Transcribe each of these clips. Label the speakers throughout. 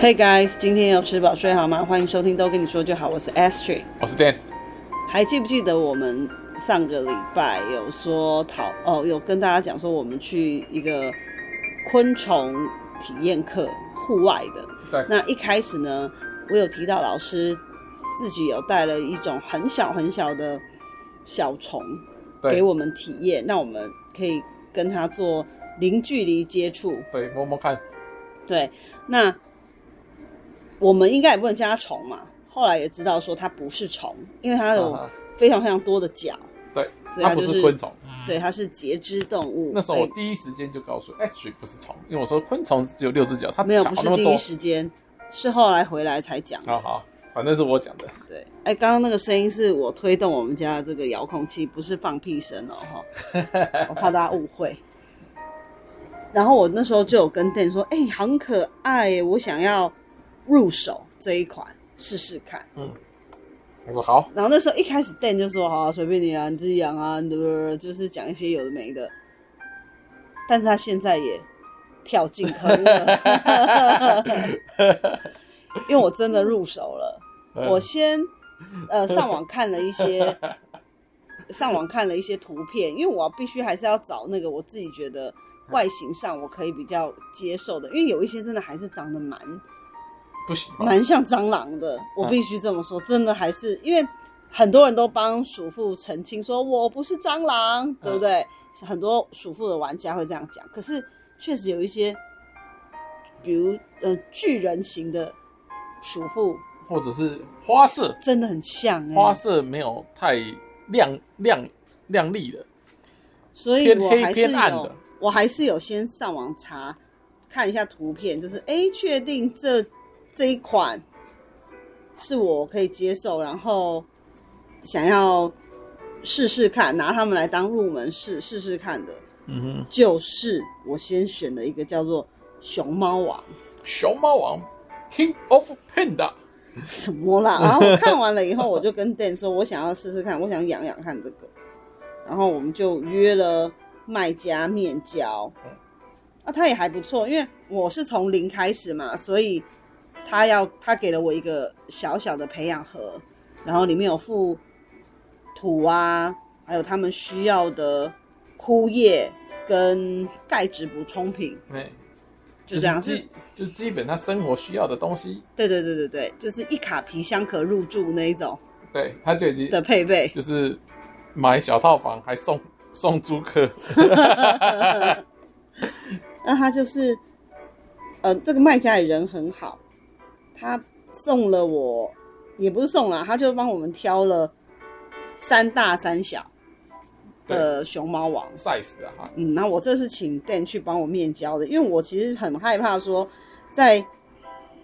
Speaker 1: Hey guys，今天要吃饱睡好吗？欢迎收听都跟你说就好，我是 Astrid。
Speaker 2: 我是 Dan，
Speaker 1: 还记不记得我们上个礼拜有说讨哦，有跟大家讲说我们去一个昆虫体验课，户外的。
Speaker 2: 对，
Speaker 1: 那一开始呢，我有提到老师自己有带了一种很小很小的小虫
Speaker 2: 对
Speaker 1: 给我们体验，那我们可以跟它做零距离接触。
Speaker 2: 对，摸摸看，
Speaker 1: 对，那我们应该也不能叫它虫嘛。后来也知道说它不是虫，因为它有
Speaker 2: 啊
Speaker 1: 非常非常多的脚，
Speaker 2: 对，
Speaker 1: 所以它
Speaker 2: 它不
Speaker 1: 就是
Speaker 2: 是昆虫。
Speaker 1: 对，它是节肢动物。
Speaker 2: 嗯那时候
Speaker 1: 所
Speaker 2: 我
Speaker 1: 以
Speaker 2: 第一时间就告诉 H 不是虫，因为我说昆虫只有六只脚，它
Speaker 1: 没有
Speaker 2: 脚
Speaker 1: 不是
Speaker 2: 那么
Speaker 1: 第一
Speaker 2: 多。
Speaker 1: 时间，是后来回来才讲。
Speaker 2: 好好，反正是我讲的，
Speaker 1: 对，哎，刚刚那个声音是我推动我们家的这个遥控器，不是放屁声哦，哈， 我怕大家误会。然后我那时候就有跟店说，哎、很可爱耶，我想要入手这一款试试看。
Speaker 2: 我说好，
Speaker 1: 然后那时候一开始 Dan 就说：“好、啊，随便你啊，你自己养啊，你的就是讲一些有的没的。”但是他现在也跳进坑了， 因为我真的入手了。我先呃上网看了一些，上网看了一些图片，因为我必须还是要找那个我自己觉得外形上我可以比较接受的，因为有一些真的还是长得蛮
Speaker 2: 不行吧？
Speaker 1: 蛮像蟑螂的，我必须这么说，真的还是因为很多人都帮鼠妇澄清说我不是蟑螂，对不对？很多鼠妇的玩家会这样讲，可是确实有一些，比如呃巨人型的鼠妇
Speaker 2: 或者是花色，
Speaker 1: 真的很像
Speaker 2: 花
Speaker 1: 哎、
Speaker 2: 色没有太亮亮亮丽的，
Speaker 1: 所以
Speaker 2: 偏
Speaker 1: 我
Speaker 2: 黑
Speaker 1: 还是
Speaker 2: 偏暗
Speaker 1: 有
Speaker 2: 的，
Speaker 1: 我还是有先上网查看一下图片，就是哎，确定这这一款是我可以接受，然后想要试试看，拿它们来当入门试试试看的，
Speaker 2: 嗯哼，
Speaker 1: 就是我先选了一个叫做熊猫王，
Speaker 2: 熊猫王，King of Panda，
Speaker 1: 什么啦？然后我看完了以后，我就跟 Dan 说，我想要试试看，我想养养看这个。然后我们就约了卖家面交
Speaker 2: 嗯，
Speaker 1: 啊，他也还不错，因为我是从零开始嘛，所以他要他给了我一个小小的培养盒，然后里面有附土啊，还有他们需要的枯叶跟钙质补充品，
Speaker 2: 哎，
Speaker 1: 就这样
Speaker 2: 是
Speaker 1: 是
Speaker 2: 基就是基本它生活需要的东西，
Speaker 1: 对对对对对，就是一卡皮箱可入住那一种
Speaker 2: 对，它就已经
Speaker 1: 的配备。
Speaker 2: 就是买小套房还送送租客，
Speaker 1: 那他就是，呃，这个卖家也人很好，他送了我，也不是送啦，他就帮我们挑了三大三小的熊猫王。
Speaker 2: size 啊哈，
Speaker 1: 嗯，那我这是请 Dan 去帮我面交的，因为我其实很害怕说，在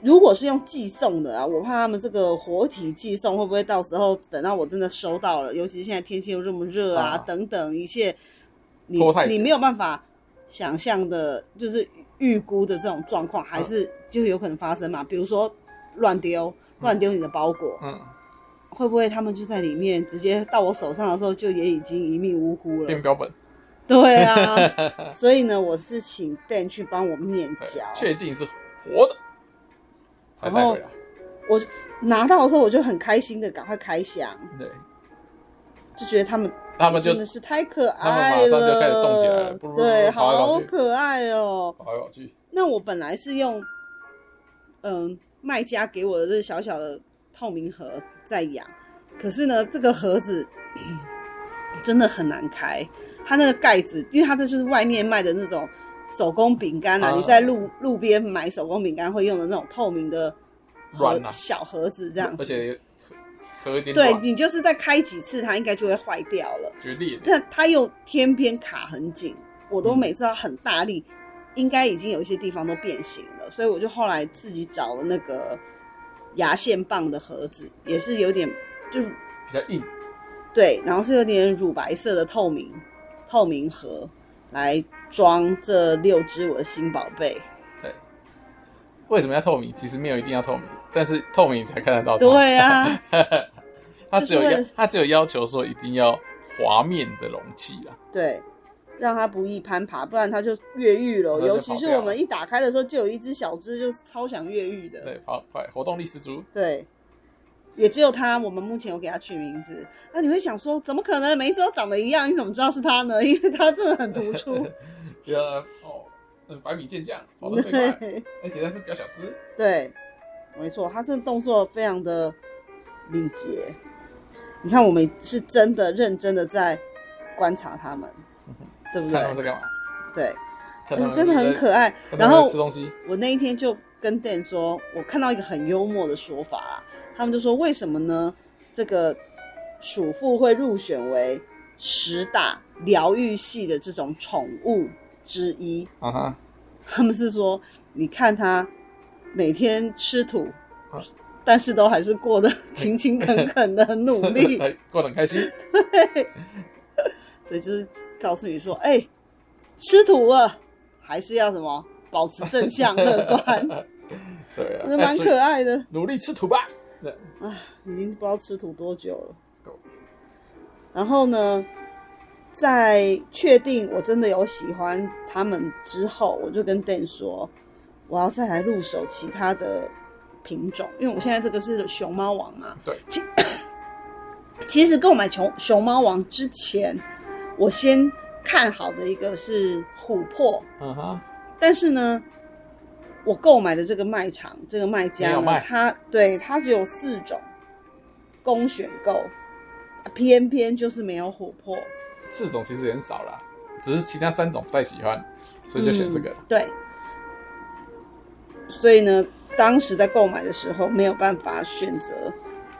Speaker 1: 如果是用寄送的啊，我怕他们这个活体寄送会不会到时候等到我真的收到了，尤其是现在天气又这么热啊，
Speaker 2: 啊
Speaker 1: 等等一切，你
Speaker 2: 拖太久
Speaker 1: 你没有办法想象的，就是预估的这种状况，
Speaker 2: 啊
Speaker 1: 还是就有可能发生嘛？比如说乱丢，乱丢你的包裹，
Speaker 2: 嗯，
Speaker 1: 会不会他们就在里面直接到我手上的时候就也已经一命呜呼了？
Speaker 2: 变标本，
Speaker 1: 对 啊，所以呢，我是请 Dan 去帮我面
Speaker 2: 对
Speaker 1: 交。
Speaker 2: 哎确定是活的才带回来，
Speaker 1: 拿到的时候，我就很开心的赶快开箱，
Speaker 2: 对，
Speaker 1: 就觉得他们
Speaker 2: 他们就
Speaker 1: 真的是太可
Speaker 2: 他
Speaker 1: 爱
Speaker 2: 们马上就开始动起来了
Speaker 1: 了
Speaker 2: 不如
Speaker 1: 对，
Speaker 2: 跑来跑
Speaker 1: 好
Speaker 2: 去
Speaker 1: 可爱哦、
Speaker 2: 跑来跑去，
Speaker 1: 那我本来是用，嗯，卖家给我的这小小的透明盒在养，可是呢，这个盒子 真的很难开，它那个盖子，因为它这就是外面卖的那种手工饼干啊，
Speaker 2: 啊
Speaker 1: 你在路路边买手工饼干会用的那种透明的盒
Speaker 2: 软啊
Speaker 1: 小盒子这样子，
Speaker 2: 而且壳有点
Speaker 1: 对
Speaker 2: 短，
Speaker 1: 你就是再开几次，它应该就会坏掉了。
Speaker 2: 决裂的，
Speaker 1: 那它又偏偏卡很紧，我都每次要很大力，应该已经有一些地方都变形了，所以我就后来自己找了那个牙线棒的盒子，也是有点就是
Speaker 2: 比较硬，
Speaker 1: 对，然后是有点乳白色的透明透明盒来装这六只我的新宝贝。
Speaker 2: 对。为什么要透明？其实没有一定要透明，但是透明才看得到它。
Speaker 1: 对啊，
Speaker 2: 它只有
Speaker 1: 就是为
Speaker 2: 要
Speaker 1: 了
Speaker 2: 它只有要求说一定要滑面的容器啊，
Speaker 1: 对，让它不易攀爬，不然它就越狱了。
Speaker 2: 它就
Speaker 1: 尤其是
Speaker 2: 跑掉
Speaker 1: 我们一打开的时候，就有一只小只，就是超想越狱的。
Speaker 2: 对，跑快，活动力十足。
Speaker 1: 对，也只有它，我们目前有给它取名字。那你会想说，怎么可能每一只都长得一样？你怎么知道是它呢？因为它真的很突 出。
Speaker 2: 对啊，哦，嗯百米健将跑得最快，而且它是比较小只。
Speaker 1: 对，没错，它这动作非常的敏捷。你看，我们是真的认真的在观察它们，对不
Speaker 2: 嗯看他们
Speaker 1: 对？
Speaker 2: 在干嘛？
Speaker 1: 对，
Speaker 2: 看他
Speaker 1: 嗯
Speaker 2: 们
Speaker 1: 真的很
Speaker 2: 在
Speaker 1: 可爱。
Speaker 2: 看他
Speaker 1: 然
Speaker 2: 们在
Speaker 1: 后
Speaker 2: 吃东西，
Speaker 1: 我那一天就跟 Dan 说，我看到一个很幽默的说法啦，他们就说为什么呢？这个鼠妇会入选为十大疗愈系的这种宠物之一。
Speaker 2: 啊哈，
Speaker 1: 他们是说，你看它每天吃土
Speaker 2: 啊，
Speaker 1: 但是都还是过得勤勤恳恳的很努 力，
Speaker 2: 还过得很开心。
Speaker 1: 所以就是告诉你说，哎、吃土了，还是要什么保持正向乐观，
Speaker 2: 对啊
Speaker 1: 我觉，得蛮
Speaker 2: 哎所
Speaker 1: 可爱的。
Speaker 2: 以努力吃土吧。对
Speaker 1: 已经不知道吃土多久了
Speaker 2: 够。
Speaker 1: 然后呢，在确定我真的有喜欢他们之后，我就跟 Dan 说，我要再来入手其他的品种，因为我现在这个是熊猫王嘛。
Speaker 2: 对。
Speaker 1: 其 其实购买熊熊猫王之前，我先看好的一个是琥珀，
Speaker 2: 嗯哼，
Speaker 1: 但是呢，我购买的这个卖场，这个卖家
Speaker 2: 没有
Speaker 1: 呢
Speaker 2: 卖，
Speaker 1: 它对它只有四种供选购，啊偏偏就是没有琥珀，
Speaker 2: 四种其实也很少啦，只是其他三种不太喜欢，所以就选这个。
Speaker 1: 嗯对，所以呢，当时在购买的时候没有办法选择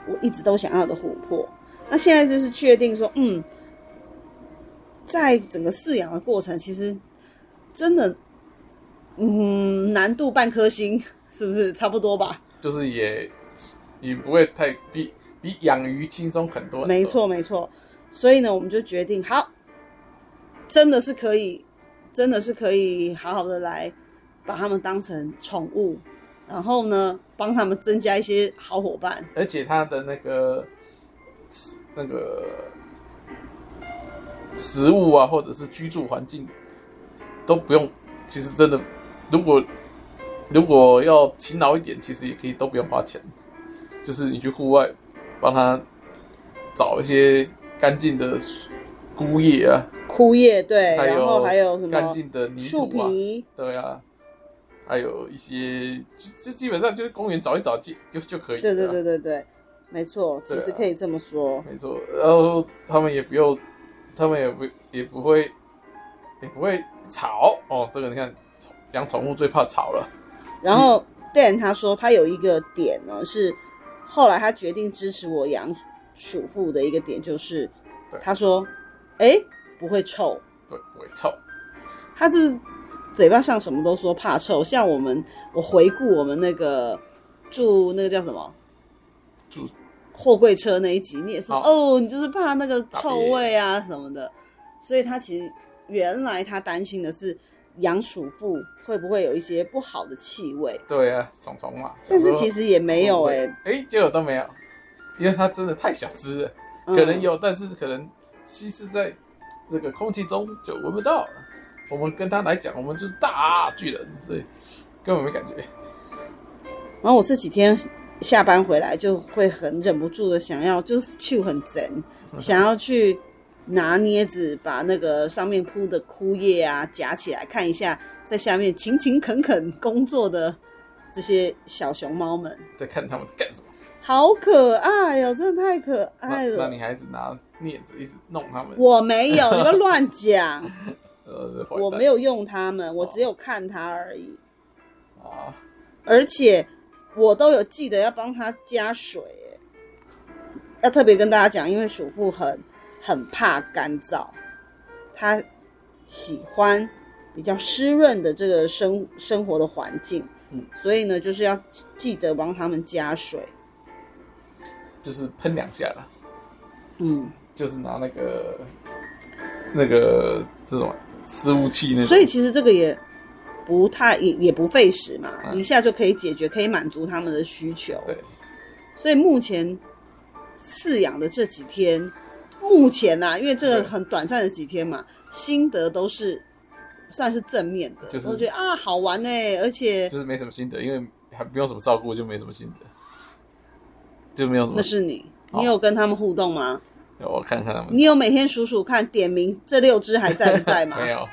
Speaker 1: 我一直都想要的琥珀。那现在就是确定说，嗯，在整个饲养的过程，其实真的，嗯，难度半颗星，是不是差不多吧？
Speaker 2: 就是也也不会太比比养鱼轻松很多。
Speaker 1: 没，错，没错。所以呢，我们就决定，好，真的是可以，真的是可以好好的来把它们当成宠物，然后呢，帮他们增加一些好伙伴。
Speaker 2: 而且它的那个那个食物啊，或者是居住环境都不用，其实真的如果如果要勤劳一点，其实也可以都不用花钱，就是你去户外帮它找一些干净的枯叶啊，
Speaker 1: 枯叶对，
Speaker 2: 还
Speaker 1: 然后
Speaker 2: 有
Speaker 1: 还有什
Speaker 2: 干
Speaker 1: 么
Speaker 2: 净的泥
Speaker 1: 树
Speaker 2: 土啊，
Speaker 1: 皮，
Speaker 2: 对啊，还有一些，就就基本上就是公园找一找就就就可以。啊
Speaker 1: 对对，对对对，没错，其
Speaker 2: 哎对
Speaker 1: 实
Speaker 2: 啊
Speaker 1: 可以这么说。
Speaker 2: 没错。然后他们也不用，他们也不也不会也不会吵哦。这个你看，宠养宠物最怕吵了。
Speaker 1: 然后 Dan 他说他有一个点呢，是后来他决定支持我养鼠妇的一个点，就是
Speaker 2: 对
Speaker 1: 他说，哎，不会臭。
Speaker 2: 对，不会臭。
Speaker 1: 他这嘴巴上什么都说怕臭，像我们，我回顾我们那个住那个叫什么
Speaker 2: 住
Speaker 1: 货柜车那一集，你也说哦你就是怕那个臭味啊什么的，所以他其实原来他担心的是养鼠妇会不会有一些不好的气味，
Speaker 2: 对啊，虫虫嘛。
Speaker 1: 但是其实也没有哎、
Speaker 2: 哎、结果都没有，因为它真的太小只了。
Speaker 1: 嗯
Speaker 2: 可能有，但是可能稀释在那个空气中就闻不到了。我们跟它来讲，我们就是大巨人，所以根本没感觉。
Speaker 1: 然后我这几天下班回来就会很忍不住的想要，就是气很真，
Speaker 2: 嗯
Speaker 1: 想要去拿镊子把那个上面铺的枯叶啊夹起来，看一下在下面勤勤恳恳工作的这些小熊猫们，
Speaker 2: 在看他们在干什么。
Speaker 1: 好可爱哟、真的太可
Speaker 2: 那
Speaker 1: 爱
Speaker 2: 那
Speaker 1: 了。
Speaker 2: 女孩子拿镊子一直弄他们，
Speaker 1: 哎我没有，你不要乱 讲，
Speaker 2: 呃，
Speaker 1: 我没
Speaker 2: 有
Speaker 1: 有用它们，我只有看它而已，
Speaker 2: 啊，
Speaker 1: 而且我都有记得要帮它加水耶。要特别跟大家讲，因为鼠妇很很怕干燥，它喜欢比较湿润的这个生生活的环境，
Speaker 2: 嗯
Speaker 1: 所以呢，就是要记记得帮它们加水，
Speaker 2: 就是喷两下了，
Speaker 1: 嗯，
Speaker 2: 就是拿那个那个这种湿雾器那种，
Speaker 1: 所以其实这个也不太也也不费时嘛，
Speaker 2: 嗯
Speaker 1: 一下就可以解决，可以满足它们的需求。
Speaker 2: 对，
Speaker 1: 所以目前饲养的这几天，目前呐、啊，因为这个
Speaker 2: 对
Speaker 1: 很短暂的几天嘛，心得都是算是正面的，
Speaker 2: 就是
Speaker 1: 我觉得啊好玩呢、而且
Speaker 2: 就是没什么心得，因为还不用什么照顾，就没什么心得，就没有什么
Speaker 1: 那。是你，
Speaker 2: 好
Speaker 1: 你有跟他们互动吗？
Speaker 2: 我看看他们
Speaker 1: 你有每天数数看点名这六只还在不 在吗？
Speaker 2: 没有，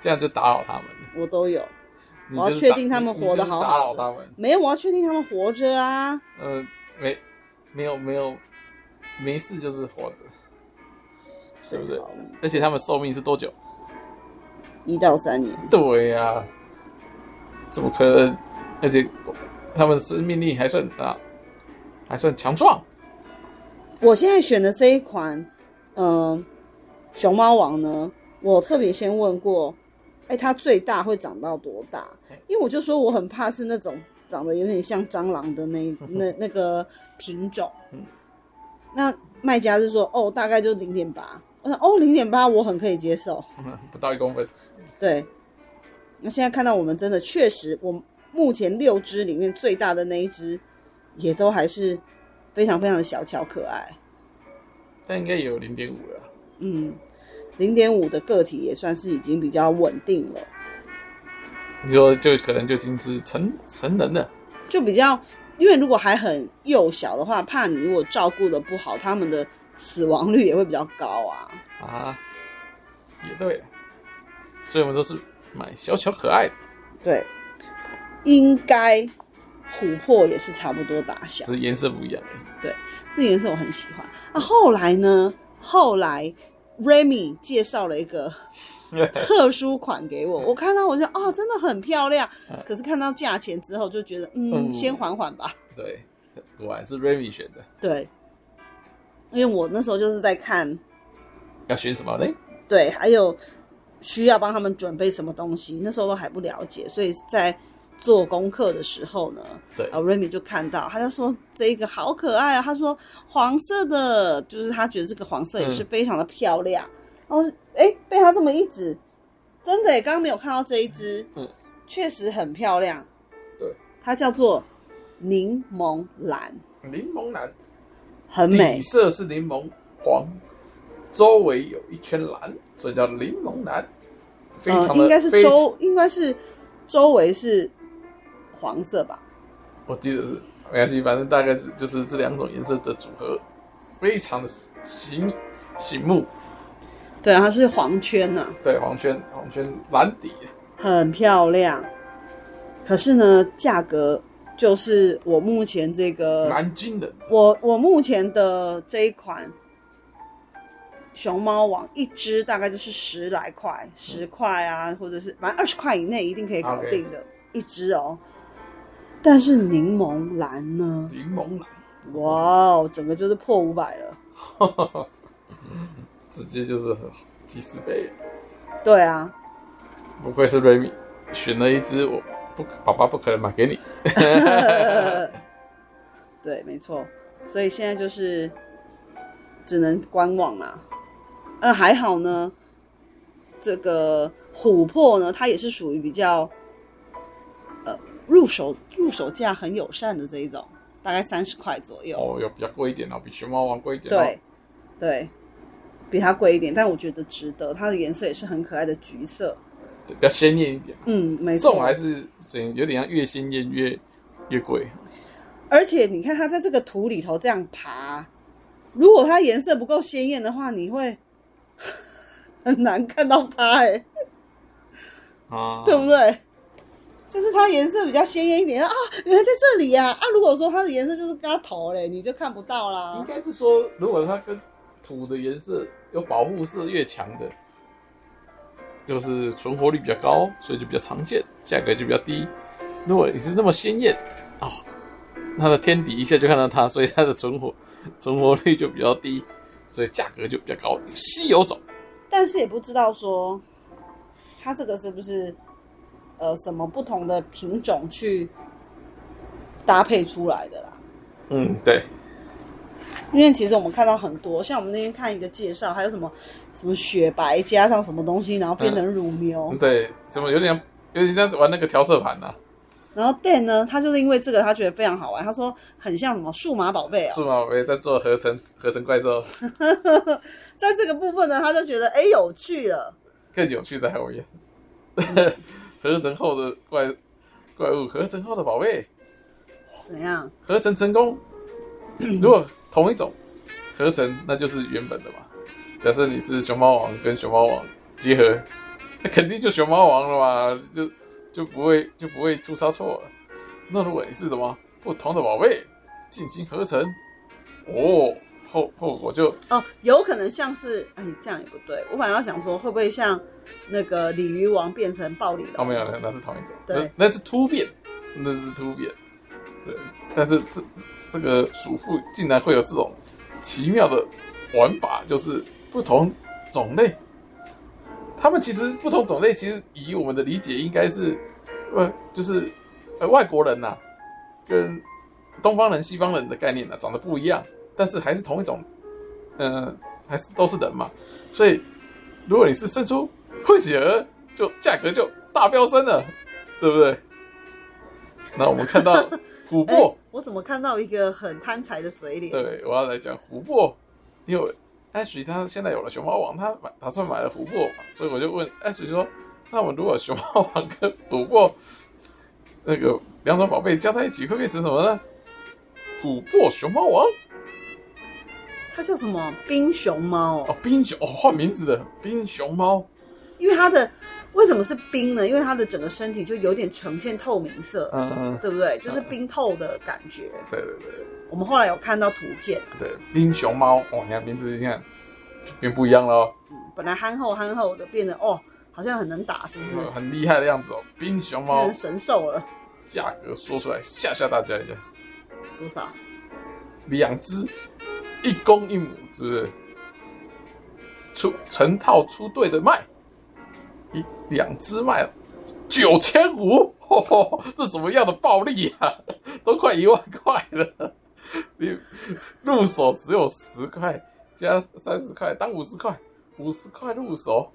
Speaker 2: 这样就打扰他们。
Speaker 1: 我都有，
Speaker 2: 你
Speaker 1: 我要
Speaker 2: 就是
Speaker 1: 确
Speaker 2: 打
Speaker 1: 定他们
Speaker 2: 你你
Speaker 1: 活得
Speaker 2: 就是
Speaker 1: 好
Speaker 2: 打
Speaker 1: 好
Speaker 2: 扰
Speaker 1: 的
Speaker 2: 他们。
Speaker 1: 没有，我要确定他们活着啊。
Speaker 2: 呃，没，没有，没有，没事就是活着，对不对
Speaker 1: 最好？
Speaker 2: 而且他们寿命是多久？
Speaker 1: 一到三年，
Speaker 2: 对呀、怎么可能？而且他们生命力还算啊，还算强壮。
Speaker 1: 我现在选的这一款，嗯、熊猫王呢，我特别先问过，哎、它最大会长到多大？因为我就说我很怕是那种长得有点像蟑螂的那那那个品种。那卖家是说，哦，大概就零点八。我想，哦，零点八我很可以接受。
Speaker 2: 不到一公分，
Speaker 1: 对，那现在看到我们真的确实，我目前六只里面最大的那一只，也都还是非常非常的小巧可爱。
Speaker 2: 但应该也有零点五了。
Speaker 1: 嗯，零点五的个体也算是已经比较稳定了，
Speaker 2: 你说就可能就已经是成成人了，
Speaker 1: 就比较，因为如果还很幼小的话，怕你如果照顾的不好，它们的死亡率也会比较高啊。
Speaker 2: 啊，也对了，所以我们都是买小巧可爱的，
Speaker 1: 对，应该琥珀也是差不多大小
Speaker 2: 只。是颜色不一样而已。
Speaker 1: 那颜色我很喜欢啊。后来呢，后来 Remy 介绍了一个特殊款给我，我看到我就啊、真的很漂亮。可是看到价钱之后，就觉得嗯，
Speaker 2: 嗯
Speaker 1: 先缓缓吧。
Speaker 2: 对，果然是 Remy 选的，
Speaker 1: 对，因为我那时候就是在看，
Speaker 2: 要选什么嘞？
Speaker 1: 对，还有需要帮他们准备什么东西，那时候都还不了解，所以在做功课的时候呢，
Speaker 2: 对
Speaker 1: 啊，Remy 就看到，他就说这个好可爱啊，他说黄色的，就是他觉得这个黄色也是
Speaker 2: 嗯
Speaker 1: 非常的漂亮。然后哎、诶被他这么一指，真的耶，刚刚没有看到这一只，
Speaker 2: 嗯，
Speaker 1: 确实很漂亮。
Speaker 2: 对，
Speaker 1: 它叫做柠檬蓝，
Speaker 2: 柠檬蓝，
Speaker 1: 很美
Speaker 2: 底。色是柠檬黄，周围有一圈蓝，所以叫柠檬蓝，非常的、
Speaker 1: 呃应该是
Speaker 2: 非
Speaker 1: 周，应该是周围是黄色吧？
Speaker 2: 我记得是没关系，反正大概是就是这两种颜色的组合，非常的醒醒目。
Speaker 1: 对啊，它是黄圈呐、
Speaker 2: 对，黄圈黄圈蓝底，
Speaker 1: 很漂亮。可是呢，价格就是我目前这个
Speaker 2: 蛮惊人的。
Speaker 1: 我我目前的这一款熊猫网一只大概就是十来块，十块啊，或者是反正二十块以内一定可以搞
Speaker 2: 嗯 OK
Speaker 1: 定的一只哦。但是柠檬蓝呢？
Speaker 2: 柠檬蓝，
Speaker 1: 哇哦，整个就是破五百了。
Speaker 2: 直接就是几十倍。
Speaker 1: 对啊，
Speaker 2: 不愧是瑞米，选了一只我不爸爸不可能买给你。
Speaker 1: 对，没错。所以现在就是只能观望啦。呃，还好呢，这个琥珀呢，它也是属于比较呃入手入手价很友善的这一种，大概三十块左右。
Speaker 2: 哦，有比较贵一点哦，比熊猫王贵一点。
Speaker 1: 对，，对，比它贵一点，但我觉得值得。它的颜色也是很可爱的橘色。
Speaker 2: 比较鲜艳一点。
Speaker 1: 嗯，没
Speaker 2: 这种
Speaker 1: 错。
Speaker 2: 还是有点像越鲜艳越越贵。
Speaker 1: 而且你看它在这个土里头这样爬，如果它颜色不够鲜艳的话，你会很难看到它、欸，哎，
Speaker 2: 啊，
Speaker 1: 对不对？就是它颜色比较鲜艳一点啊，原来在这里呀、啊！如果说它的颜色就是跟它头嘞，你就看不到
Speaker 2: 应
Speaker 1: 啦。
Speaker 2: 该是说，如果它跟土的颜色有保护色越强的，就是存活率比较高，所以就比较常见，价格就比较低。如果你是那么鲜艳，哦，它的天敌一下就看到它，所以它的存活存活率就比较低，所以价格就比较高。稀有种，
Speaker 1: 但是也不知道说它这个是不是呃什么不同的品种去搭配出来的啦。
Speaker 2: 嗯，对，
Speaker 1: 因为其实我们看到很多，像我们那天看一个介绍，还有什么什么雪白加上什么东西，然后变成乳牛。
Speaker 2: 对，怎么有点有点像玩那个调色盘啊呐、
Speaker 1: 然后 Dan 呢，他就是因为这个，他觉得非常好玩，他说很像什么数码宝贝哦。
Speaker 2: 数码宝贝在做合成合成怪兽，
Speaker 1: 在这个部分呢，他就觉得哎有趣了。
Speaker 2: 更有趣的还有一样，合成后的怪怪物，合成后的宝贝，
Speaker 1: 怎样？
Speaker 2: 合成成功。如果同一种合成，那就是原本的嘛。假设你是熊猫王跟熊猫王结合，那肯定就熊猫王了嘛，就就不会就不会出差错了。那如果你是什么不同的宝贝进行合成，哦，后后果就
Speaker 1: 哦，有可能像是，哎，这样也不对。我本来要想说，会不会像那个鲤鱼王变成暴鲤
Speaker 2: 哦
Speaker 1: 龙？
Speaker 2: 没有，那那是同一种，
Speaker 1: 对
Speaker 2: 那那是突变，那是突变。对，但是这这这个鼠妇竟然会有这种奇妙的玩法，就是不同种类，他们其实不同种类，其实以我们的理解应该是，呃，就是呃外国人呐、跟东方人、西方人的概念呢、长得不一样，但是还是同一种，呃，还是都是人嘛，所以如果你是生出混血儿，就价格就大飙升了，对不对？那我们看到琥
Speaker 1: 哎
Speaker 2: 珀。
Speaker 1: 我怎么看到一个很贪财的嘴脸？
Speaker 2: 对，我要来讲琥珀，因为 Ashley 他现在有了熊猫王，他买打算买了琥珀嘛，所以我就问 Ashley 说，那我如果熊猫王跟琥珀那个两种宝贝加在一起，会变成什么呢？琥珀熊猫王
Speaker 1: 它叫什么冰熊猫哦？
Speaker 2: 哦，冰熊哦，换名字的冰熊猫
Speaker 1: 因为它的为什么是冰呢？因为它的整个身体就有点呈现透明色，
Speaker 2: 嗯，嗯，
Speaker 1: 对不对？就是冰透的感觉。
Speaker 2: 对对对
Speaker 1: 我们后来有看到图片，
Speaker 2: 对，冰熊猫哦，你看名字，你看就变不一样了、哦，
Speaker 1: 本来憨厚憨厚的，变得哦，好像很能打，是不是？
Speaker 2: 嗯很厉害的样子哦，冰熊
Speaker 1: 变
Speaker 2: 猫
Speaker 1: 成神兽了，
Speaker 2: 价格说出来吓吓大家一下。
Speaker 1: 多少？
Speaker 2: 两只，一公一母，是不是？出成套出队的卖，一两只卖九千五，吼吼，这什么样的暴利啊？都快一万块了，你入手只有十块，加三十块，当五十块，五十块入手，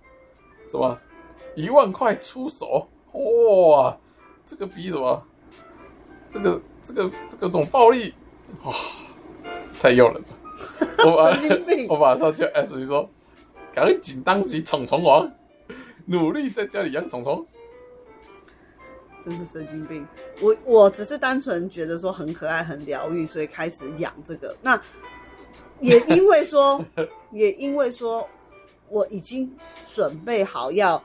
Speaker 2: 什么一万块出手，哇，这个比什么？这个这个这个种暴利，哇，太诱人了！ 我马
Speaker 1: 神经病
Speaker 2: 我马上就 S 你说，赶紧当起虫虫王， 努力在家里养虫虫。
Speaker 1: 真是神经病！我我只是单纯觉得说很可爱、很疗愈，所以开始养这个。那也因为说，也因为说，我已经准备好要，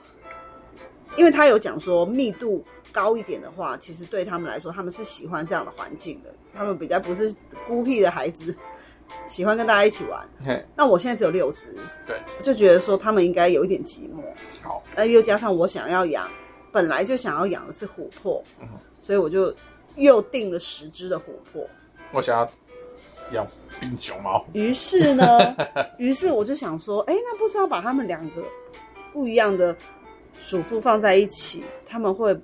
Speaker 1: 因为他有讲说密度高一点的话，其实对他们来说，他们是喜欢这样的环境的，他们比较不是孤僻的孩子，喜欢跟大家一起玩。
Speaker 2: 嘿，
Speaker 1: 那我现在只有六只，
Speaker 2: 对，
Speaker 1: 我就觉得说他们应该有一点寂寞。
Speaker 2: 好，
Speaker 1: 那又加上我想要养，本来就想要养的是琥珀，
Speaker 2: 嗯
Speaker 1: 所以我就又订了十只的琥珀。
Speaker 2: 我想要养冰熊猫，
Speaker 1: 于是呢，于是我就想说，哎、那不知道把它们两个不一样的鼠妇放在一起，他们会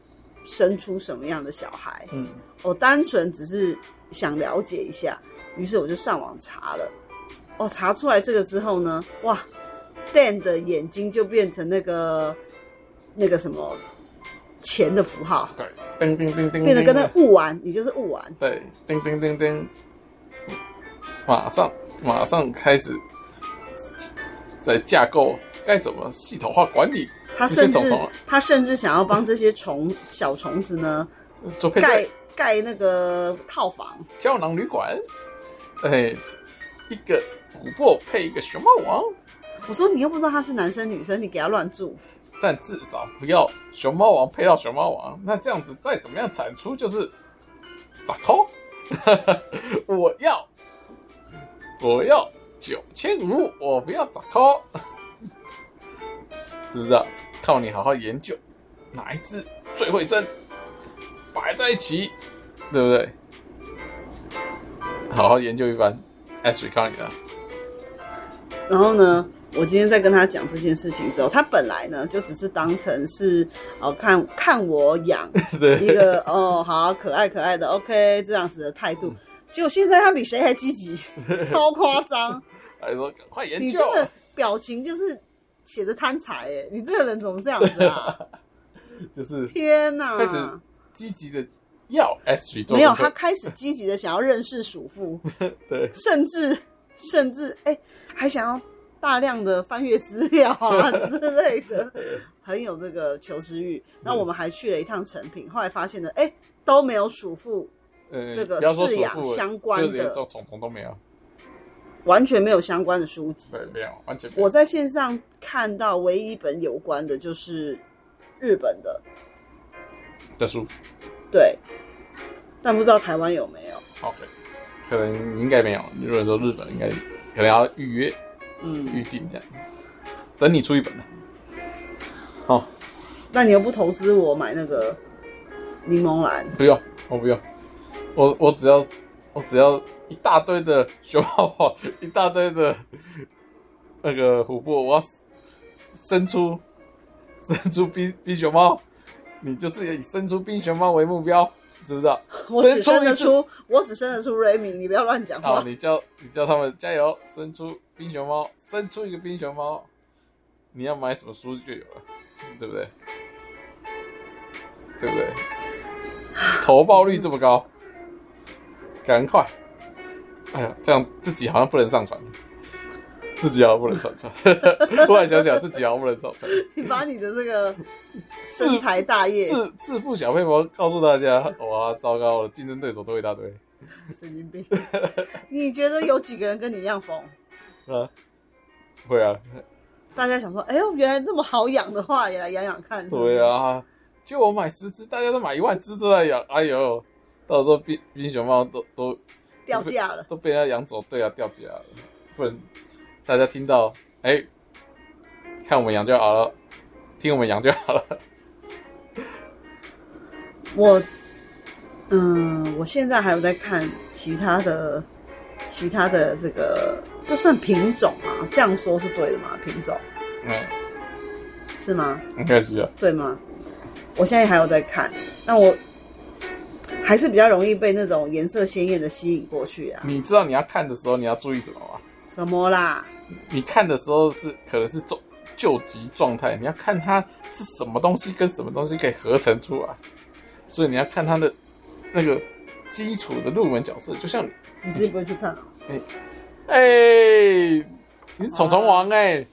Speaker 1: 生出什么样的小孩？
Speaker 2: 嗯，
Speaker 1: 我单纯只是想了解一下，于是我就上网查了。哦，查出来这个之后呢，哇，Dan 的眼睛就变成那个那个什么钱的符号，
Speaker 2: 对，叮叮叮叮，
Speaker 1: 变得跟那雾丸，你就是雾丸。
Speaker 2: 对，叮叮叮叮，马上马上开始在架构该怎么系统化管理
Speaker 1: 他
Speaker 2: 这些啊
Speaker 1: 甚至
Speaker 2: 虫虫了
Speaker 1: 他甚至想要帮这些虫小虫子呢
Speaker 2: 做配
Speaker 1: 盖
Speaker 2: 对
Speaker 1: 盖那个套房，
Speaker 2: 胶囊旅馆，哎，一个琥珀配一个熊猫王，
Speaker 1: 我说你又不知道他是男生女生，你给他乱住，
Speaker 2: 但至少不要熊猫王配到熊猫王，那这样子再怎么样产出就是咋抠？ 我要我要九千五，我不要咋 抠，知不知道？靠你好好研究哪一只最会生，摆在一起，对不对？好好研究一番。Ashley 靠你了，
Speaker 1: 然后呢，我今天在跟他讲这件事情之后，他本来呢就只是当成是哦看看我 养一
Speaker 2: 对，
Speaker 1: 个哦好可爱可爱的 OK 这样子的态度，结果现在他比谁还积 极，超夸张！
Speaker 2: 还说赶快研
Speaker 1: 你
Speaker 2: 究
Speaker 1: 真，的表情就是写着贪财哎，你这个人怎么这样子 啊？
Speaker 2: 就是
Speaker 1: 天哪！
Speaker 2: 开始积极的要 S 去做
Speaker 1: 没有，
Speaker 2: 功
Speaker 1: 他
Speaker 2: 课，
Speaker 1: 开始积极的想要认识鼠妇，
Speaker 2: 对
Speaker 1: 甚至甚至哎、还想要大量的翻阅资料 啊之类的，很有这个求知欲。那我们还去了一趟成品，后来发现呢，哎、都没有鼠妇，
Speaker 2: 呃，
Speaker 1: 这个
Speaker 2: 不要说
Speaker 1: 饲
Speaker 2: 首
Speaker 1: 养
Speaker 2: 付了
Speaker 1: 相关
Speaker 2: 就是连
Speaker 1: 的
Speaker 2: 这种虫虫都没有，
Speaker 1: 完全没有相关的书籍。
Speaker 2: 对，没有，完全没有。
Speaker 1: 我在线上看到唯一一本有关的就是日本的，
Speaker 2: 的书
Speaker 1: 对，但不知道台湾有没有。
Speaker 2: ，OK，可能应该没有。如果说日本应该可能要预约
Speaker 1: 嗯，
Speaker 2: 预定这样，等你出一本了。哦，
Speaker 1: 那你又不投资我买那个柠檬蓝，
Speaker 2: 不用，我不用，我我只要我只要一大堆的熊猫宝，一大堆的那个琥珀，我要生出生出 冰冰熊猫，你就是以生出冰熊猫为目标，知不知道？
Speaker 1: 我只生
Speaker 2: 一
Speaker 1: 得
Speaker 2: 只
Speaker 1: 出，我只生得出瑞米，你不要乱讲
Speaker 2: 好，
Speaker 1: 话。
Speaker 2: 你叫你叫他们加油，生出冰熊猫，生出一个冰熊猫，你要买什么书就有了，对不对？对不对？投报率这么高，赶快！哎呀，这样自己好像不能上传，自己好像不能上传。忽然想想，自己好像不能上传。
Speaker 1: 你把你的这个深财大业，
Speaker 2: 致致富小配博告诉大家，哇，糟糕了，竞争对手都一大堆。
Speaker 1: 神经病！ 你觉得有几个人跟你一样疯？
Speaker 2: 啊，会啊，
Speaker 1: 大家想说，哎呦，原来这么好养的话，也来养养看。是不是
Speaker 2: 对，啊，就我买十只，大家都买一万只出来养，哎呦，到时候冰冰熊猫都都
Speaker 1: 掉价了。
Speaker 2: 都被人家养走，对啊，掉价了，不然大家听到，哎、看我们养就好了，听我们养就好了，
Speaker 1: 我，嗯、我现在还有在看其他的，其他的这个，这算品种吗？这样说是对的吗？品种
Speaker 2: 嗯，
Speaker 1: 是吗？
Speaker 2: 应该是啊，
Speaker 1: 对吗？我现在还有在看，但我还是比较容易被那种颜色鲜艳的吸引过去啊。
Speaker 2: 你知道你要看的时候你要注意什么吗？
Speaker 1: 什么啦？
Speaker 2: 你看的时候是可能是重。救急状态，你要看它是什么东西跟什么东西可以合成出来，所以你要看它的那个基础的入门角色，就像
Speaker 1: 你自己不会去看啊？
Speaker 2: 哎、你是虫虫王哎、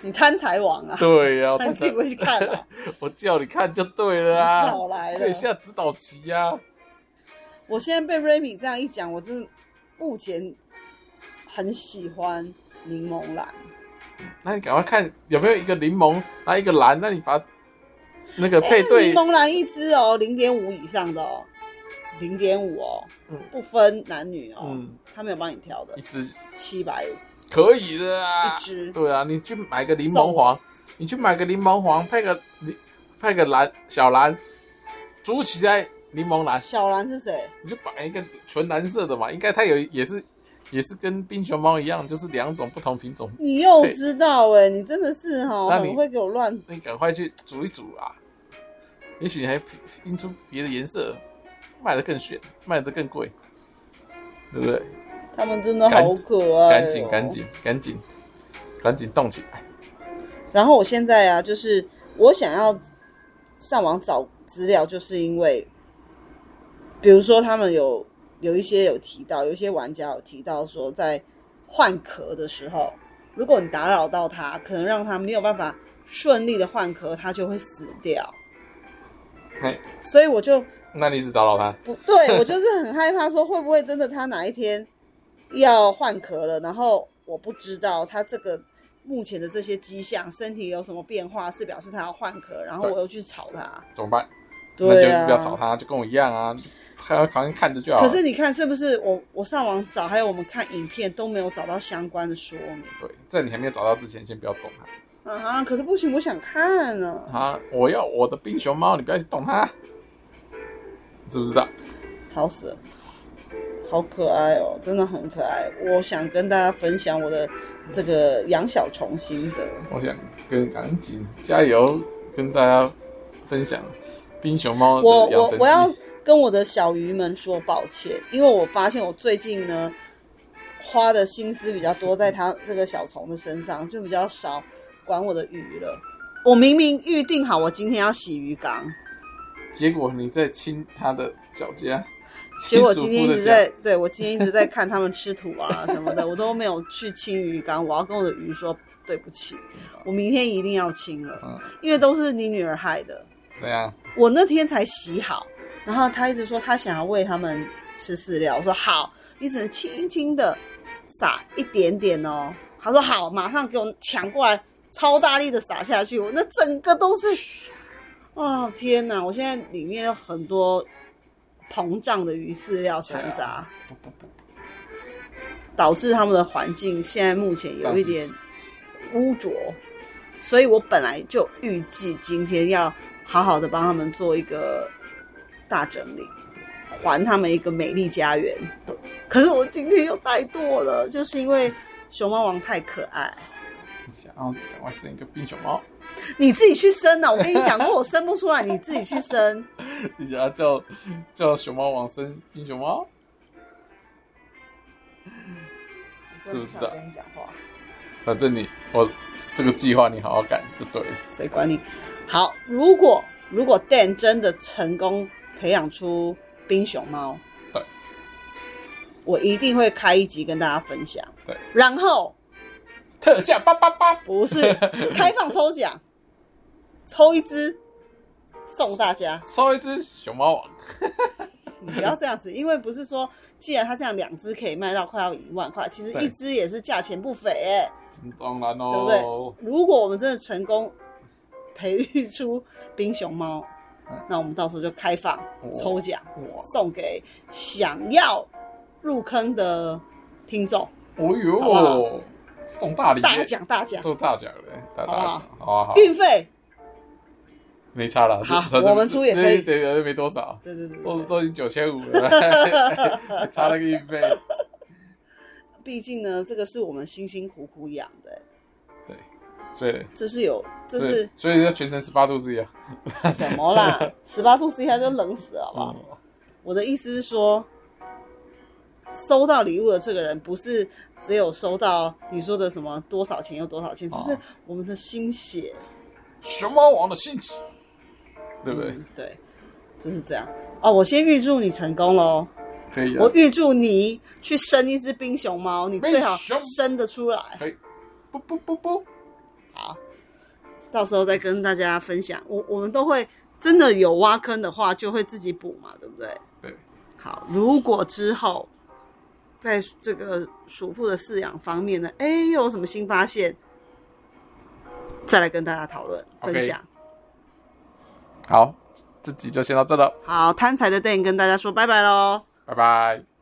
Speaker 1: 你贪财王啊？
Speaker 2: 对 呀、
Speaker 1: 那你自己不会去看啊？
Speaker 2: 我叫你看就 对了啊，
Speaker 1: 少来了
Speaker 2: 可以下指导棋呀、啊，
Speaker 1: 我现在被 Remy 这样一讲，我真的目前很喜欢柠檬蓝。
Speaker 2: 那你赶快看有没有一个柠檬，然后一个蓝，那你把那个配对
Speaker 1: 哎 柠，檬蓝一支哦，零点五以上的哦，零点五哦
Speaker 2: 嗯，
Speaker 1: 不分男女哦，
Speaker 2: 嗯
Speaker 1: 他没有帮你挑的
Speaker 2: 一，支
Speaker 1: 七百五
Speaker 2: 可以的啊
Speaker 1: 一，支，
Speaker 2: 对啊，你去买个柠 檬黄，你去买个柠檬黄，配个你配个蓝小蓝，组起来柠檬蓝，
Speaker 1: 小蓝是谁？
Speaker 2: 你就摆一个纯蓝色的嘛，应该它有也是也是跟冰熊猫一样，就是两种不同品种
Speaker 1: 你又知道哎、你真的是哈，
Speaker 2: 那你
Speaker 1: 很会给我乱。
Speaker 2: 那你赶快去煮一煮啊！也许你还拼出别的颜色，卖的更炫，卖的更贵，对不对？
Speaker 1: 他们真的好可爱、哦
Speaker 2: 赶紧，赶。紧，赶紧，赶紧动起来！
Speaker 1: 然后我现在啊，就是我想要上网找资料，就是因为，比如说他们有有一些有提到，有一些玩家有提到说，在换壳的时候，如果你打扰到它，可能让它没有办法顺利的换壳，它就会死掉。
Speaker 2: 嘿，
Speaker 1: 所以我就
Speaker 2: 那你一直打扰他，
Speaker 1: 不对，我就是很害怕，说会不会真的他哪一天要换壳了，然后我不知道他这个目前的这些迹象，身体有什么变化，是表示他要换壳，然后我又去吵他。
Speaker 2: 怎么办？那
Speaker 1: 对
Speaker 2: 就
Speaker 1: 啊，
Speaker 2: 不要吵他，就跟我一样啊，你就看好像看着就好
Speaker 1: 可
Speaker 2: 了。
Speaker 1: 是你看是不是我我上网找，还有我们看影片都没有找到相关的说明
Speaker 2: 对，在你还没有找到之前，先不要动它。
Speaker 1: 啊？可是不行，我想看啊，
Speaker 2: 啊，我要我的冰熊猫，你不要去动它，知不知道？
Speaker 1: 吵死了。好可爱哦，真的很可爱。我想跟大家分享我的这个养小虫心得。
Speaker 2: 我想跟赶紧加油，跟大家分享冰熊猫的
Speaker 1: 我
Speaker 2: 哦养
Speaker 1: 我
Speaker 2: 成
Speaker 1: 我要
Speaker 2: 记。
Speaker 1: 跟我的小鱼们说抱歉，因为我发现我最近呢花的心思比较多在它这个小虫的身上，就比较少管我的鱼了。我明明预定 好我今天要洗鱼缸，
Speaker 2: 结果你在亲它的脚尖，
Speaker 1: 结果
Speaker 2: 亲
Speaker 1: 今
Speaker 2: 属
Speaker 1: 天一
Speaker 2: 附
Speaker 1: 直
Speaker 2: 的家
Speaker 1: 在，对 我今天一直在看他们吃土啊什么的，我都没有去清鱼缸。我要跟我的鱼说对不起，我明天一定要清了，
Speaker 2: 嗯
Speaker 1: 因为都是你女儿害的。
Speaker 2: 怎样？
Speaker 1: 我那天才洗好，然后她一直说她想要喂他们吃饲料，我说好，你只能轻轻的撒一点点哦。她说好，马上给我抢过来，超大力的撒下去，我那整个都是， 哦天哪！我现在里面有很多膨胀的鱼饲料残
Speaker 2: 对啊
Speaker 1: 渣，
Speaker 2: 不不不，
Speaker 1: 导致他们的环境现在目前有一点
Speaker 2: 脏
Speaker 1: 污浊，所以我本来就预计今天要好好的帮他们做一个大整理，还他们一个美丽家园
Speaker 2: 对。
Speaker 1: 可是我今天又怠惰了，就是因为熊猫王太可 爱，
Speaker 2: 你想要赶快生一个病熊猫，
Speaker 1: 你自己去生啊呢、我跟你讲过，我生不出来，你自己去生。
Speaker 2: 你想要叫叫熊猫王生病熊猫？ 知不知道
Speaker 1: 我真的不想跟你讲话？
Speaker 2: 反正你我这个计划你好好赶就对了。
Speaker 1: 谁管你？好，如果如果 Dan 真的成功培养出冰熊猫，
Speaker 2: 对，
Speaker 1: 我一定会开一集跟大家分享。
Speaker 2: 对，
Speaker 1: 然后
Speaker 2: 特价八八八，
Speaker 1: 不是开放抽 奖，抽一只送大家。
Speaker 2: 收一只熊猫王。
Speaker 1: 你不要这样子，因为不是说既然他这样两只可以卖到快要一万块，其实
Speaker 2: 对
Speaker 1: 一只也是价钱不菲哎、
Speaker 2: 当然
Speaker 1: 对不
Speaker 2: 哦，
Speaker 1: 对？如果我们真的成功培育出冰熊猫
Speaker 2: 嗯，
Speaker 1: 那我们到时候就开放
Speaker 2: 哦
Speaker 1: 抽奖，
Speaker 2: 哇，
Speaker 1: 送给想要入坑的听众，好
Speaker 2: 哦
Speaker 1: 不好
Speaker 2: 哟，送大礼耶，
Speaker 1: 大奖大奖，
Speaker 2: 送大奖嘞，大
Speaker 1: 好不
Speaker 2: 大
Speaker 1: 好
Speaker 2: 奖，好啊好啊，
Speaker 1: 运费，
Speaker 2: 没差了，
Speaker 1: 好
Speaker 2: 这这
Speaker 1: 我们出也可以
Speaker 2: 对对对，没多少，
Speaker 1: 对对对
Speaker 2: 都
Speaker 1: 对对，
Speaker 2: 都已经九千五了， 还差了个一倍，
Speaker 1: 毕竟呢，这个是我们辛辛苦苦养的，
Speaker 2: 对，所以嘞
Speaker 1: 这是有这
Speaker 2: 所以
Speaker 1: 是
Speaker 2: 所以要全程十八度 C 啊，
Speaker 1: 什么 啦？十八度 C 下就冷死了，好不好？
Speaker 2: 嗯
Speaker 1: 我的意思是说，收到礼物的这个人不是只有收到你说的什么多少钱又多少钱，只
Speaker 2: 哦
Speaker 1: 是我们的心血，
Speaker 2: 熊猫王的性质，对不对
Speaker 1: 嗯？对，就是这样。哦，我先预祝你成功喽！
Speaker 2: 可以啊
Speaker 1: 我，预祝你去生一只冰熊猫，你最好
Speaker 2: 冰熊
Speaker 1: 生得出来。
Speaker 2: 可以，不不不不，
Speaker 1: 好，到时候再跟大家分享。我我们都会真的有挖坑的话，就会自己补嘛，对不对？
Speaker 2: 对，
Speaker 1: 好，如果之后在这个鼠妇的饲养方面呢，哎，又有什么新发现，再来跟大家讨论
Speaker 2: OK
Speaker 1: 分享。
Speaker 2: 好，这集就先到这了，
Speaker 1: 好，贪财的 Dan 跟大家说拜拜喽。
Speaker 2: 拜拜。